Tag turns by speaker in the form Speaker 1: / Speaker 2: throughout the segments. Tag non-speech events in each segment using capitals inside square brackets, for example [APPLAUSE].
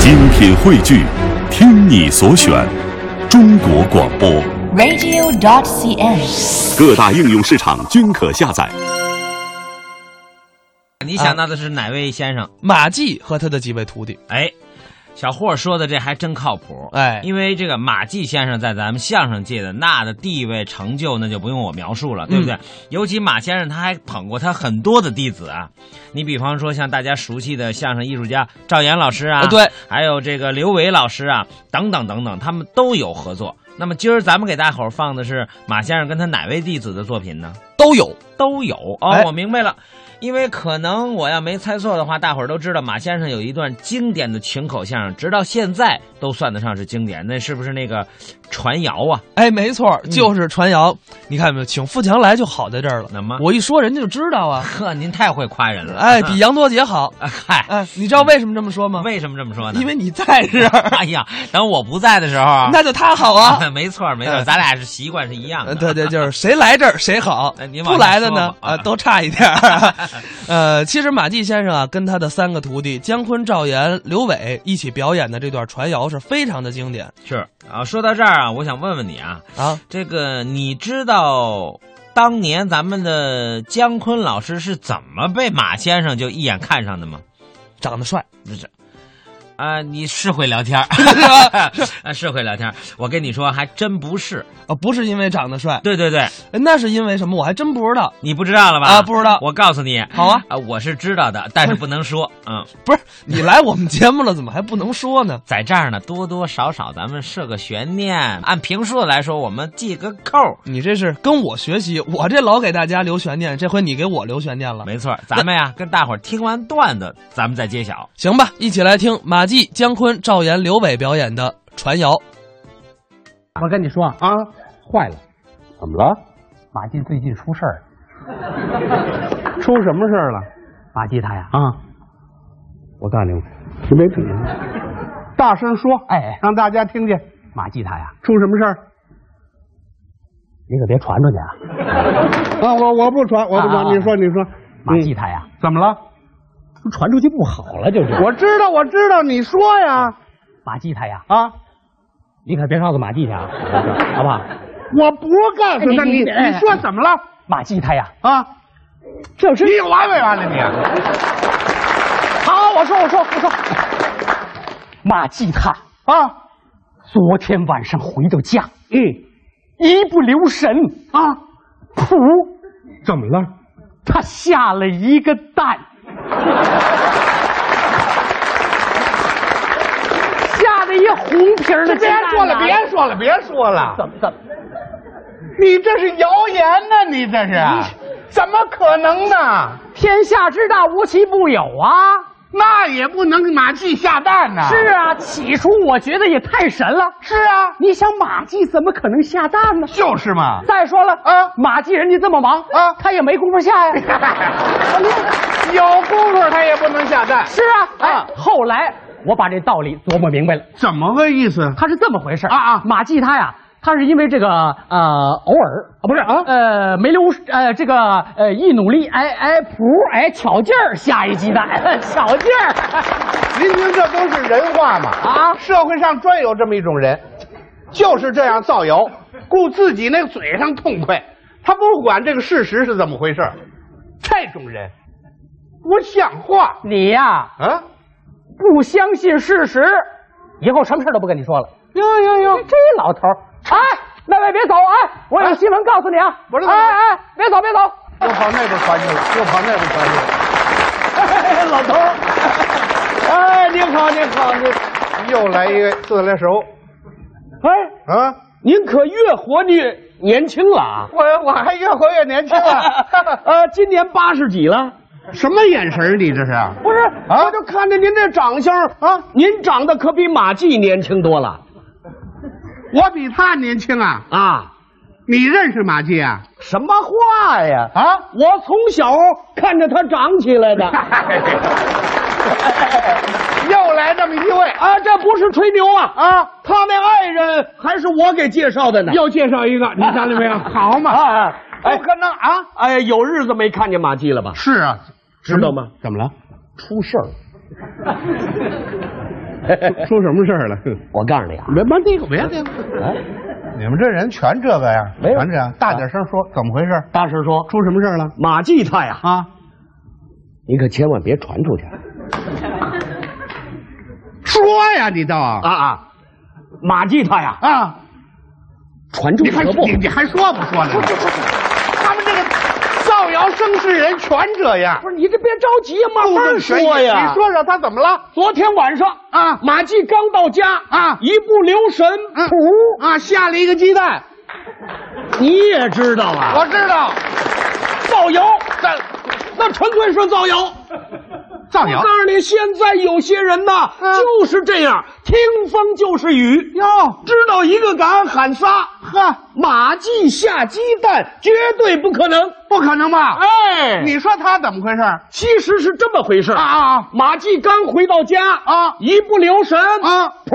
Speaker 1: 精品汇聚，听你所选，中国广播。
Speaker 2: radio.cn。
Speaker 1: 各大应用市场均可下载。
Speaker 3: 你
Speaker 4: 啊
Speaker 3: 想到的是哪位先生？
Speaker 4: 马季和他的几位徒弟，
Speaker 3: 哎，小霍说的这还真靠谱。
Speaker 4: 哎
Speaker 3: 因为这个马季先生在咱们相声界的那的地位成就，那就不用我描述了，对不
Speaker 4: 嗯
Speaker 3: 对？尤其马先生他还捧过他很多的弟子啊，你比方说像大家熟悉的相声艺术家赵岩老师啊，
Speaker 4: 啊对，
Speaker 3: 还有这个刘伟老师啊，等等等等，他们都有合作。那么今儿咱们给大伙儿放的是马先生跟他哪位弟子的作品呢？
Speaker 4: 都有。
Speaker 3: 都有哦，
Speaker 4: 哎
Speaker 3: 我明白了，因为可能我要没猜错的话，大伙儿都知道马先生有一段经典的群口相声，直到现在都算得上是经典。那是不是那个传谣啊？
Speaker 4: 哎，没错，就是传谣。你看没有，请富强来就好在这儿了。
Speaker 3: 怎么
Speaker 4: 我一说人家就知道啊。
Speaker 3: 呵，您太会夸人了。 [LAUGHS]
Speaker 4: 哎，比杨多杰好。
Speaker 3: 啊嗨，
Speaker 4: 哎，你知道为什么这么说吗？
Speaker 3: 为什么这么说呢？
Speaker 4: 因为你在这 [LAUGHS] 儿，
Speaker 3: 哎呀，等我不在的时候啊，
Speaker 4: 那就他好 [LAUGHS] 啊。
Speaker 3: [LAUGHS] 没错没错，
Speaker 4: 哎
Speaker 3: 咱俩是习惯是一样的。
Speaker 4: 呃对对，就是谁来这儿谁好
Speaker 3: 哎您，往
Speaker 4: 不
Speaker 3: 下
Speaker 4: 来的呢
Speaker 3: 说吧
Speaker 4: [LAUGHS] 啊
Speaker 3: 啊
Speaker 4: 都差一点儿。 [LAUGHS] 呃，其实马季先生啊，跟他的三个徒弟姜昆、赵岩、刘伟一起表演的这段传谣是非常的经典
Speaker 3: 是啊。说到这儿啊，我想问问你啊，
Speaker 4: 啊。
Speaker 3: 这个你知道当年咱们的姜昆老师是怎么被马先生就一眼看上的吗？
Speaker 4: 长得帅，
Speaker 3: 不是。啊、你是会聊天儿，
Speaker 4: [LAUGHS]
Speaker 3: 啊，是会聊天儿。我跟你说，还真不是。
Speaker 4: 啊，不是因为长得帅，
Speaker 3: 对对对，
Speaker 4: 哎那是因为什么？我还真不知道。
Speaker 3: 你不知道了吧？
Speaker 4: 啊不知道
Speaker 3: 我告诉你，啊、
Speaker 4: 好啊，
Speaker 3: 我是知道的，但是不能说。嗯，
Speaker 4: 不是 [LAUGHS] 你来我们节目了，怎么还不能说呢？
Speaker 3: 在这儿呢，多多少少咱们设个悬念。按评述来说，我们记个扣儿。
Speaker 4: 你这是跟我学习，我这老给大家留悬念，这回你给我留悬念了，
Speaker 3: 没错儿，咱们呀，跟大伙儿听完段子，咱们再揭晓。
Speaker 4: 行吧？一起来听马季、姜昆、赵岩、刘伟表演的《传谣》。
Speaker 5: 我跟你说啊，
Speaker 6: 啊，
Speaker 5: 坏了，
Speaker 6: 怎么了？
Speaker 5: 马季最近出事儿了。
Speaker 6: [LAUGHS] 出什么事儿了？
Speaker 5: 马季他呀，
Speaker 6: 啊，我告诉你，你别听，
Speaker 5: [LAUGHS]
Speaker 6: 大声说，
Speaker 5: 哎
Speaker 6: 让大家听见，
Speaker 5: 马季他呀，
Speaker 6: 出什么事儿？
Speaker 5: 你可别传出去啊！
Speaker 6: 啊，我我不传，我不传，
Speaker 5: 啊啊啊
Speaker 6: 你说你说，
Speaker 5: 马季
Speaker 6: 嗯
Speaker 5: 他呀，
Speaker 6: 怎么了？
Speaker 5: 传出去不好了，就是。
Speaker 6: 我知道，我知道，你说呀，
Speaker 5: 马季他呀，
Speaker 6: 啊，
Speaker 5: 你可别告诉马季去啊， [LAUGHS] 好不好？
Speaker 6: 我不告诉他，
Speaker 5: 哎你
Speaker 6: 你
Speaker 5: 你哎
Speaker 6: 你说怎么了？
Speaker 5: 马季他呀，
Speaker 6: 啊，
Speaker 5: 就是
Speaker 6: 你有完没完了你？
Speaker 5: 好，我说我说我说，马季他
Speaker 6: 啊，
Speaker 5: 昨天晚上回到家，
Speaker 6: 嗯，
Speaker 5: 一不留神啊，噗，
Speaker 6: 怎么了？
Speaker 5: 他下了一个
Speaker 6: [LAUGHS]
Speaker 5: 蛋，下了一红皮儿的
Speaker 6: 别
Speaker 5: 鸡蛋啊
Speaker 6: 说了，别说了，别说了。
Speaker 5: 怎么怎么？
Speaker 6: 你这是谣言呢、你这是，啊怎么可能呢？
Speaker 5: 天下之大，无奇不有啊！
Speaker 6: 那也不能马季下蛋呐、
Speaker 5: 是啊，起初我觉得也太神了。
Speaker 6: 是啊，
Speaker 5: 你想马季怎么可能下蛋呢？
Speaker 6: 就是嘛。
Speaker 5: 再说了，
Speaker 6: 啊
Speaker 5: 马季人家这么忙
Speaker 6: 啊
Speaker 5: 他也没工夫下呀。
Speaker 6: [LAUGHS] 有功夫他也不能下蛋，
Speaker 5: 是啊，哎
Speaker 6: 啊，
Speaker 5: 后来我把这道理琢磨明白了，
Speaker 6: 怎么个意思？
Speaker 5: 他是这么回事
Speaker 6: 啊啊
Speaker 5: 马季他呀，他是因为这个呃偶尔啊不是
Speaker 6: 啊
Speaker 5: 呃没留呃这个呃一努力哎哎噗哎巧劲儿下一鸡蛋， [LAUGHS] 巧劲儿。
Speaker 6: 您听，这都是人话嘛
Speaker 5: 啊
Speaker 6: 社会上专有这么一种人，就是这样造谣，顾自己那个嘴上痛快，他不管这个事实是怎么回事儿，这种人不像话
Speaker 5: 你呀、
Speaker 6: 啊！
Speaker 5: 不相信事实，以后什么事都不跟你说了。
Speaker 6: 哟哟哟，
Speaker 5: 这老头儿，哎，那位别走啊！我有新闻告诉你啊！
Speaker 6: 不是
Speaker 5: 哎哎，别走别走！
Speaker 6: 又跑那边传去了，又跑那边传去了。
Speaker 5: 老头儿，
Speaker 6: 哎，您好，您好，您又来一个自来熟
Speaker 5: 哎，
Speaker 6: 啊！
Speaker 5: 您可越活越年轻了啊！
Speaker 6: 我我还越活越年轻 [LAUGHS] 了。
Speaker 5: 呃，今年八十几了。
Speaker 6: 什么眼神儿你这是？啊
Speaker 5: 不是，我就看着您这长相啊，您长得可比马季年轻多了
Speaker 6: 我比他年轻啊！
Speaker 5: 啊！
Speaker 6: 你认识马季啊？
Speaker 5: 什么话呀？
Speaker 6: 啊？
Speaker 5: 我从小看着他长起来的
Speaker 6: [LAUGHS] 又来这么一位
Speaker 5: 啊，这不是吹牛啊！
Speaker 6: 啊！
Speaker 5: 他那爱人还是我给介绍的呢。
Speaker 6: 又介绍一个，你瞧见没有？ [LAUGHS] 好嘛！
Speaker 5: 啊，啊
Speaker 6: 不
Speaker 5: 哎
Speaker 6: 可能啊！
Speaker 5: 哎，有日子没看见马季了吧？
Speaker 6: 是啊，
Speaker 5: 知道吗？
Speaker 6: 怎么了？
Speaker 5: 出事儿，
Speaker 6: [LAUGHS] 出什么事儿了？
Speaker 7: [LAUGHS] 我告诉你啊，哎
Speaker 6: 别别那个别那个，
Speaker 8: 你们这人全这个呀，
Speaker 7: 没有啊
Speaker 8: 全这样，大点声说，怎么回事？
Speaker 7: 大声说，
Speaker 6: 出什么事儿了？
Speaker 7: 马季他呀，
Speaker 6: 啊，
Speaker 7: 你可千万别传出去啊
Speaker 6: [LAUGHS] 说呀，你倒啊
Speaker 7: 啊啊！马季他呀，
Speaker 6: 啊！
Speaker 7: 传出
Speaker 6: 你
Speaker 7: 去
Speaker 6: 还
Speaker 7: 可不好
Speaker 6: 你你还说不说呢？
Speaker 8: 他们这个造谣生事人全这样，
Speaker 7: 不是你这别着急呀，慢
Speaker 8: 故
Speaker 7: 慢
Speaker 8: 弄玄
Speaker 7: 说
Speaker 8: 虚。
Speaker 7: 呀。
Speaker 8: 你说说他怎么了？
Speaker 7: 昨天晚上
Speaker 6: 啊
Speaker 7: 马季刚到家
Speaker 6: 啊
Speaker 7: 一不留神，
Speaker 6: 嗯
Speaker 7: 噗，
Speaker 6: 啊，下了一个鸡蛋，
Speaker 7: 你也知道啊，
Speaker 8: 我知道，
Speaker 7: 造谣，那那纯粹是造谣。
Speaker 6: 造
Speaker 7: 我
Speaker 6: 谣
Speaker 7: 告诉你，现在有些人呐，就是这样，听风就是雨
Speaker 6: 哟
Speaker 7: 知道一个敢喊仨。
Speaker 6: 呵，
Speaker 7: 马季下鸡蛋绝对不可能。
Speaker 6: 不可能吧？
Speaker 7: 哎，
Speaker 6: 你说他怎么回事儿？
Speaker 7: 其实是这么回事啊。
Speaker 6: 啊
Speaker 7: 马季刚回到家
Speaker 6: 啊
Speaker 7: 一不留神
Speaker 6: 啊
Speaker 7: 噗，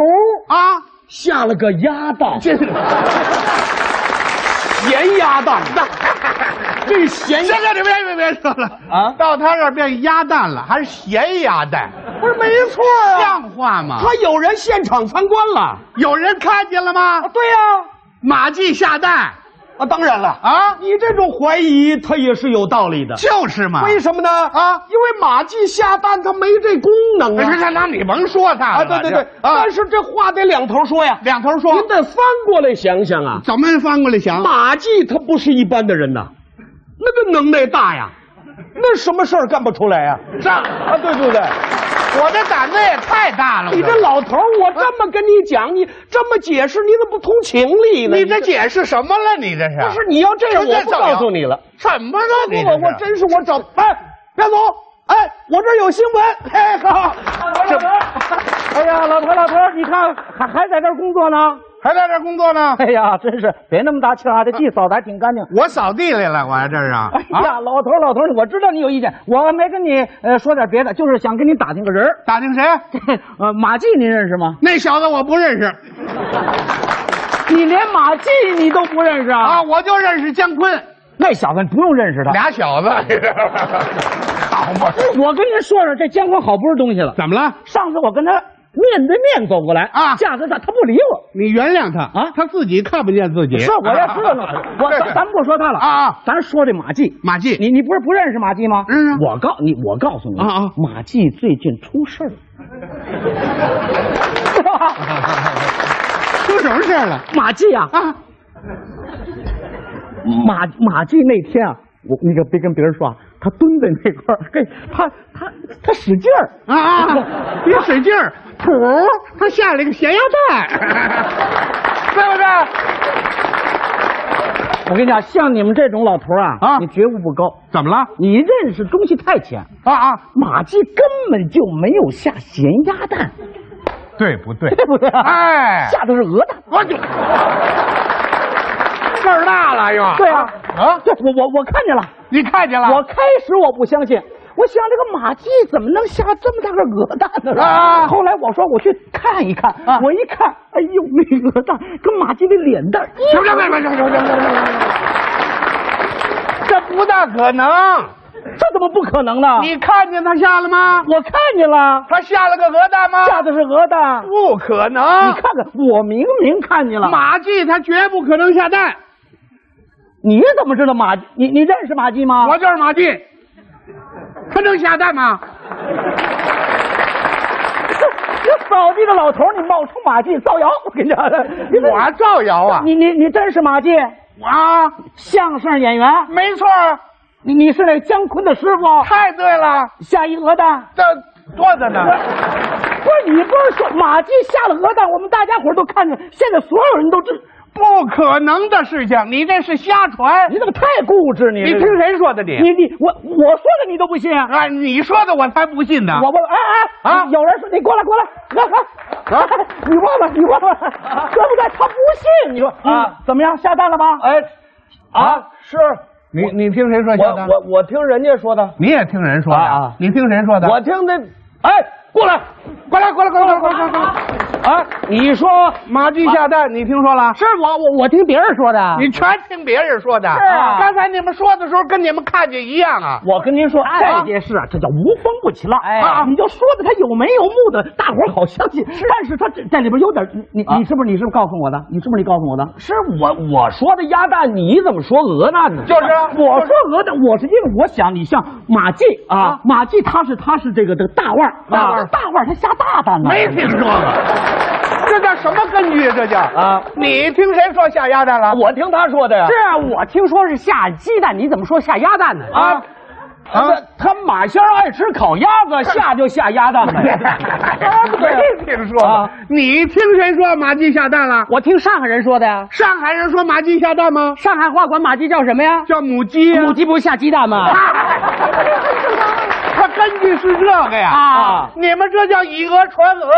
Speaker 6: 啊！
Speaker 7: 下了个鸭蛋，这 [LAUGHS] 咸鸭
Speaker 6: [LAUGHS]
Speaker 7: 蛋呐，这咸鸭
Speaker 6: 行行，你别别别说了
Speaker 7: 啊
Speaker 6: 到他这儿变鸭蛋了，还是咸鸭蛋，
Speaker 7: 不是没错啊
Speaker 6: 像话吗？
Speaker 7: 他有人现场参观了。啊
Speaker 6: 有人看见了吗？
Speaker 7: 对呀、
Speaker 6: 马季下蛋
Speaker 7: 啊，当然了
Speaker 6: 啊
Speaker 7: 你这种怀疑他也是有道理的。
Speaker 6: 就是嘛。
Speaker 7: 为什么呢？
Speaker 6: 啊
Speaker 7: 因为马季下蛋他没这功能
Speaker 6: 不是
Speaker 7: 啊。
Speaker 6: 他，那你甭说他
Speaker 7: 啊，
Speaker 6: 了吧
Speaker 7: 对对对
Speaker 6: 这，啊
Speaker 7: 但，是这话得两头说呀，
Speaker 6: 两头说，
Speaker 7: 您得翻过来想想啊。
Speaker 6: 怎么翻过来想？
Speaker 7: 马季他不是一般的人呐，那个能耐大呀，那什么事儿干不出来呀？
Speaker 6: 上
Speaker 7: 啊，对对对，
Speaker 6: 我这胆子也太大了，
Speaker 7: 你这
Speaker 6: 我
Speaker 7: 老头儿，我这么跟你讲，你这么解释，你怎么不通情理呢？
Speaker 6: 你这解释什么了？你这是
Speaker 7: 不是你要这样，
Speaker 6: 纯
Speaker 7: 我
Speaker 6: 粹
Speaker 7: 不
Speaker 6: 造
Speaker 7: 告
Speaker 6: 谣
Speaker 7: 诉你了。
Speaker 6: 什么了？
Speaker 7: 不
Speaker 6: 你
Speaker 7: 我我
Speaker 6: 是
Speaker 7: 真是我找哎，别走，哎，我这儿有新闻。哎，好，这 [LAUGHS] 哎呀，老头老头，你看还还在这儿工作呢。
Speaker 6: 还在这儿工作呢？
Speaker 7: 哎呀，真是别那么大气啊，这地扫的还挺 [LAUGHS] 干净。
Speaker 6: 我扫地来了，我这是啊
Speaker 5: 哎呀，老头儿老头儿，我知道你有意见，我没跟你呃说点别的，就是想跟你打听个人儿。
Speaker 6: 打听谁？
Speaker 5: 呃，马季您认识吗？
Speaker 6: 那小子我不认识
Speaker 5: 你连马季你都不认识啊？
Speaker 6: 啊，我就认识姜昆，啊
Speaker 5: 那小子你不用认识他。
Speaker 6: 俩小子，你知道吗？ [LAUGHS] 好 [LAUGHS] 嘛，
Speaker 5: [LAUGHS] 我跟您说说，这姜昆好不是东西了。
Speaker 6: 怎么了？
Speaker 5: 上次我跟他面对面走过来
Speaker 6: 啊
Speaker 5: 架子上他不理我。
Speaker 6: 你原谅他
Speaker 5: 啊
Speaker 6: 他自己看不见自己。
Speaker 5: 是，我要知道那
Speaker 6: 啊
Speaker 5: 我咱咱不说他了
Speaker 6: 啊啊
Speaker 5: 咱说这马季。
Speaker 6: 马季，
Speaker 5: 你你不是不认识马季吗？
Speaker 6: 认识
Speaker 5: 我告你，我告诉你
Speaker 6: 啊啊
Speaker 5: 马季最近出事儿 [LAUGHS]
Speaker 6: [LAUGHS]
Speaker 5: 了。
Speaker 6: 出什么事儿了？
Speaker 5: 马季啊，
Speaker 6: 啊，嗯
Speaker 5: 马马季那天啊，我你可别跟别人说啊，他蹲在那块儿，嘿，他他他使劲儿，
Speaker 6: 啊 [LAUGHS]
Speaker 5: [LAUGHS]
Speaker 6: 啊！一使劲儿，噗，他下了一个咸鸭蛋， [LAUGHS] 对不对？
Speaker 5: 我跟你讲，像你们这种老头儿啊，
Speaker 6: 啊
Speaker 5: 你觉悟不高，
Speaker 6: 怎么了？
Speaker 5: 你认识东西太浅。
Speaker 6: 啊啊，
Speaker 5: 马季根本就没有下咸鸭蛋，
Speaker 6: 对不对？
Speaker 5: 对不对？
Speaker 6: 哎
Speaker 5: 下的是鹅蛋。
Speaker 6: 我就 [LAUGHS] 事儿大了又。
Speaker 5: 对啊，
Speaker 6: 啊，
Speaker 5: 对我我我看见了，
Speaker 6: 你看见了？
Speaker 5: 我开始我不相信。我想这个马季怎么能下这么大个鹅蛋呢？
Speaker 6: 啊
Speaker 5: 后来我说我去看一看，我一看，哎呦，那鹅蛋跟马季的脸蛋儿一
Speaker 6: 行行行行行行行行，这不大可能。
Speaker 5: 这怎么不可能呢？
Speaker 6: 你看见他下了吗？
Speaker 5: 我看见了，
Speaker 6: 他下了个鹅蛋吗？
Speaker 5: 下的是鹅蛋。
Speaker 6: 不可
Speaker 5: 你
Speaker 6: 能。
Speaker 5: 看看，我明明看见了。，
Speaker 6: 马季他绝不可能下蛋，
Speaker 5: 你怎么知道马？你你认识马季吗？ [LAUGHS]
Speaker 6: 我就是马季。他能下蛋吗？
Speaker 5: 这扫地的老头儿，你冒充马季造谣， [LAUGHS] 我跟你讲，你
Speaker 6: 我造谣啊！
Speaker 5: 你你你真是马季，
Speaker 6: 啊，
Speaker 5: 相声演员，
Speaker 6: 没错，
Speaker 5: 你你是那姜昆的师傅，
Speaker 6: 太对了，
Speaker 5: 下一鹅 [LAUGHS] 蛋。
Speaker 6: 这多着呢。
Speaker 5: 不是你不是说马季下了鹅蛋，我们大家伙儿都看见，现在所有人都知，
Speaker 6: 不可能的事情，你这是瞎传。
Speaker 5: 你怎么太固执你？
Speaker 6: 你听谁说的
Speaker 5: 你你我我说的你都不信啊？
Speaker 6: 啊，你说的我才不信呢。
Speaker 5: 我问哎哎
Speaker 6: 啊
Speaker 5: 有人说你过来过来，来来， [LAUGHS] 你问问你问 [LAUGHS] 问，对不对？他不信，你说啊，怎么样？下蛋了吧？哎，啊，是
Speaker 6: 你你听谁说下蛋？
Speaker 5: 我听人家说的，
Speaker 6: 你也听人说的？
Speaker 5: 啊啊
Speaker 6: 你听谁说的？
Speaker 5: 听那哎过来，
Speaker 6: 过来过来过来过来过来过来！
Speaker 5: 啊，
Speaker 6: 你说马季下蛋，你听说了？
Speaker 5: 是我我我听别人说的。
Speaker 6: 你全听别人说的。是
Speaker 5: 啊
Speaker 6: 刚才你们说的时候跟你们看见一样啊。
Speaker 5: [LAUGHS] 我跟您说，这件事啊，这叫无风不起浪、啊！你就说的他有没有目的，大伙儿好相信。但是他啊这这里边有点，你你是不是你是不是告诉我的？你是不是你告诉我的？是我我说的鸭蛋，你怎么说鹅蛋呢？
Speaker 6: 就是啊
Speaker 5: 我说鹅蛋，我是因为我想你像马季啊，马季他是他是这个这个大腕儿
Speaker 6: 大腕儿
Speaker 5: 啊大腕儿他下大蛋呢。
Speaker 6: 没听说过，这叫什么根据？这叫
Speaker 5: 啊！
Speaker 6: 你听谁说下鸭蛋了？ [LAUGHS]
Speaker 9: 我听他说的呀
Speaker 5: 是。啊，我听说是下鸡蛋，你怎么说下鸭蛋呢？啊，
Speaker 9: 啊，他他马仙儿爱吃烤鸭
Speaker 5: [LAUGHS]
Speaker 9: 子，下就下鸭蛋
Speaker 5: 啊
Speaker 9: 呗。
Speaker 6: 啊没听说过
Speaker 9: 啊。
Speaker 6: 你听谁说马季下蛋了？
Speaker 5: 我听上海人说的呀。
Speaker 6: 上海人说马季下蛋吗？
Speaker 5: 上海话管马鸡叫什么呀？
Speaker 6: 叫母鸡呀
Speaker 5: 母。鸡不是下鸡蛋吗？
Speaker 6: 他根据是这个呀，
Speaker 5: 啊，
Speaker 6: 你们这叫以讹传讹。
Speaker 5: [LAUGHS]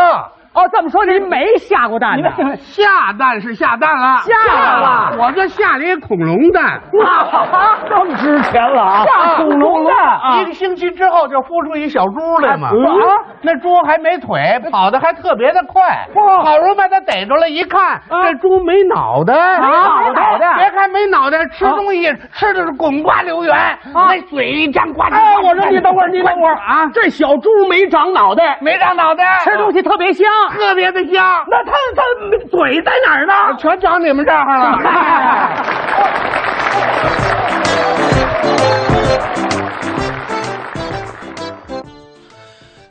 Speaker 5: 哦，这么说您没下过蛋呢？
Speaker 6: 下蛋是下蛋了，
Speaker 5: 下了
Speaker 6: 我这下了一恐龙蛋，
Speaker 5: [LAUGHS] 哇，这么啊值钱了啊！下恐龙蛋啊
Speaker 6: 一！个星期之后就孵出一小猪来嘛。
Speaker 5: 嗯
Speaker 6: 那猪还没腿，跑得还特别的快。好容易把它逮着了，一看这猪没脑袋，
Speaker 5: 啊
Speaker 6: 啊
Speaker 5: 没脑袋啊
Speaker 6: 别看没脑袋，吃东西吃的是滚瓜流
Speaker 5: 啊
Speaker 6: 圆，那嘴一张呱唧。哎，我说你等会儿，你等会儿啊，
Speaker 5: 这小猪没长脑袋，
Speaker 6: 没长脑袋，
Speaker 5: 吃东西特别香。
Speaker 6: 特别的香。
Speaker 5: 那它它嘴在哪儿呢？
Speaker 6: 全长你们这儿
Speaker 5: [LAUGHS]
Speaker 6: 了。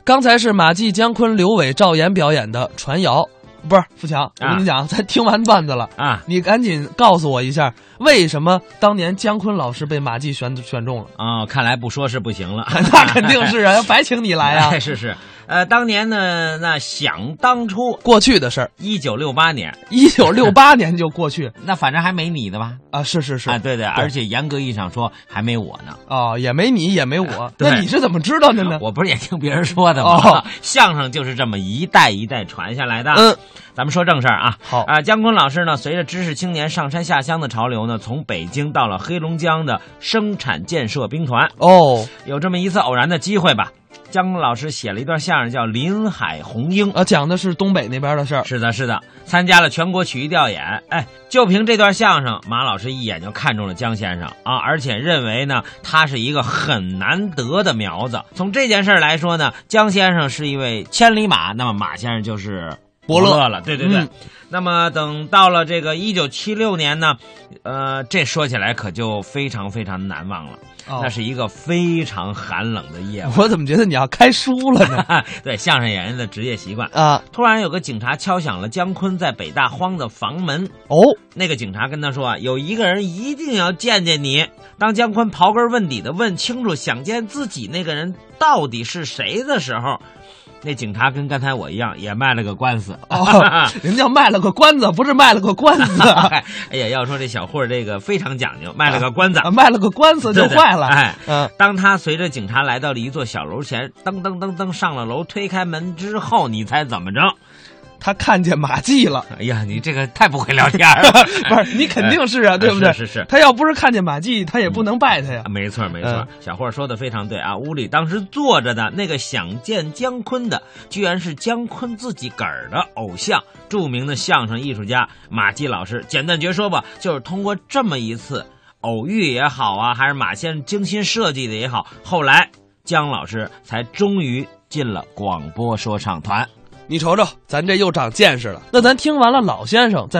Speaker 4: 刚才是马季、姜昆、刘伟、赵岩表演的《传谣》，不是富强，我跟你讲， [LAUGHS] 咱听完段子了
Speaker 3: 啊
Speaker 4: 你赶紧告诉我一下，为什么当年姜昆老师被马季选
Speaker 3: [LAUGHS]
Speaker 4: 选中了？，
Speaker 3: 啊、看来不说是不行 [LAUGHS] 了
Speaker 4: 那肯定是啊，白请你来啊
Speaker 3: 哎，！ [LAUGHS] 是是，呃，当年呢，那想当初，
Speaker 4: 过去的事儿，
Speaker 3: 一九六八年，
Speaker 4: 一九六八年就过去
Speaker 3: 那反正还没你的吧？
Speaker 4: 啊，是是是
Speaker 3: 啊，对对，而且严格意义上说还没我呢。
Speaker 4: 哦，也没你也没我，
Speaker 3: 啊对
Speaker 4: 那你是怎么知道的呢？
Speaker 3: 我不是也听别人说的吗？ [LAUGHS]
Speaker 4: 哦
Speaker 3: 相声就是这么一代一代传下来的。
Speaker 4: 嗯，
Speaker 3: 咱们说正事儿啊。
Speaker 4: 好
Speaker 3: 啊，姜昆老师呢，随着知识青年上山下乡的潮流呢，从北京到了黑龙江的生产建设兵团。
Speaker 4: 哦，
Speaker 3: 有这么一次偶然的机会吧，姜昆老师写了一段相声叫《林海红樱》。
Speaker 4: 啊，讲的是东北那边的事儿，
Speaker 3: 是的，是的，参加了全国曲艺调研。哎，就凭这段相声，马老师一眼就看中了姜先生啊，而且认为呢，他是一个很难得的苗子。从这件事儿来说呢，姜先生是一位千里马，那么马先生就是
Speaker 4: 伯乐
Speaker 3: 了。对对对。
Speaker 4: 嗯
Speaker 3: 那么等到了这个一九七六年呢，呃，这说起来可就非常非常难忘了。
Speaker 4: 哦
Speaker 3: 那是一个非常寒冷的夜晚。 [LAUGHS]
Speaker 4: 我怎么觉得你要开书了呢？
Speaker 3: 对相声演员的职业习惯，
Speaker 4: 啊，
Speaker 3: 突然有个警察敲响了姜昆在北大荒的房门。
Speaker 4: 哦，
Speaker 3: 那个警察跟他说啊，有一个人一定要见见你。当姜昆刨根问底的问清楚想见自己那个人到底是谁的时候，那警察跟刚才我一样也卖了个官司。
Speaker 4: [LAUGHS] 哦，人家卖了个关子，不是卖了个官
Speaker 3: [LAUGHS]
Speaker 4: 司，啊
Speaker 3: [LAUGHS] 哎呀，要说这小混儿这个非常讲究，卖了个关子。
Speaker 4: 卖了个官司就
Speaker 3: 对对
Speaker 4: 坏了。
Speaker 3: 哎，
Speaker 4: 嗯，
Speaker 3: 当他随着警察来到了一座小楼前，噔噔噔噔上了楼，推开门之后，你猜怎么着？
Speaker 4: 他看见马季
Speaker 3: [LAUGHS]
Speaker 4: 了，，
Speaker 3: 哎呀，你这个太不会聊天儿 [LAUGHS] 了
Speaker 4: 不是你肯定是啊，
Speaker 3: 哎
Speaker 4: 对不对？
Speaker 3: 是是是
Speaker 4: 他要不是看见马季，他也不能拜他呀
Speaker 3: 啊。没错没错
Speaker 4: 嗯，
Speaker 3: 小霍说的非常对啊。屋里当时坐着的那个想见姜昆的，居然是姜昆自己个儿的偶像，著名的相声艺术家马季老师。简短截说吧，就是通过这么一次偶遇也好啊，还是马先生精心设计的也好，后来姜老师才终于进了广播说唱团。
Speaker 4: 你瞅瞅，咱这又长见识了。那咱听完了老先生，再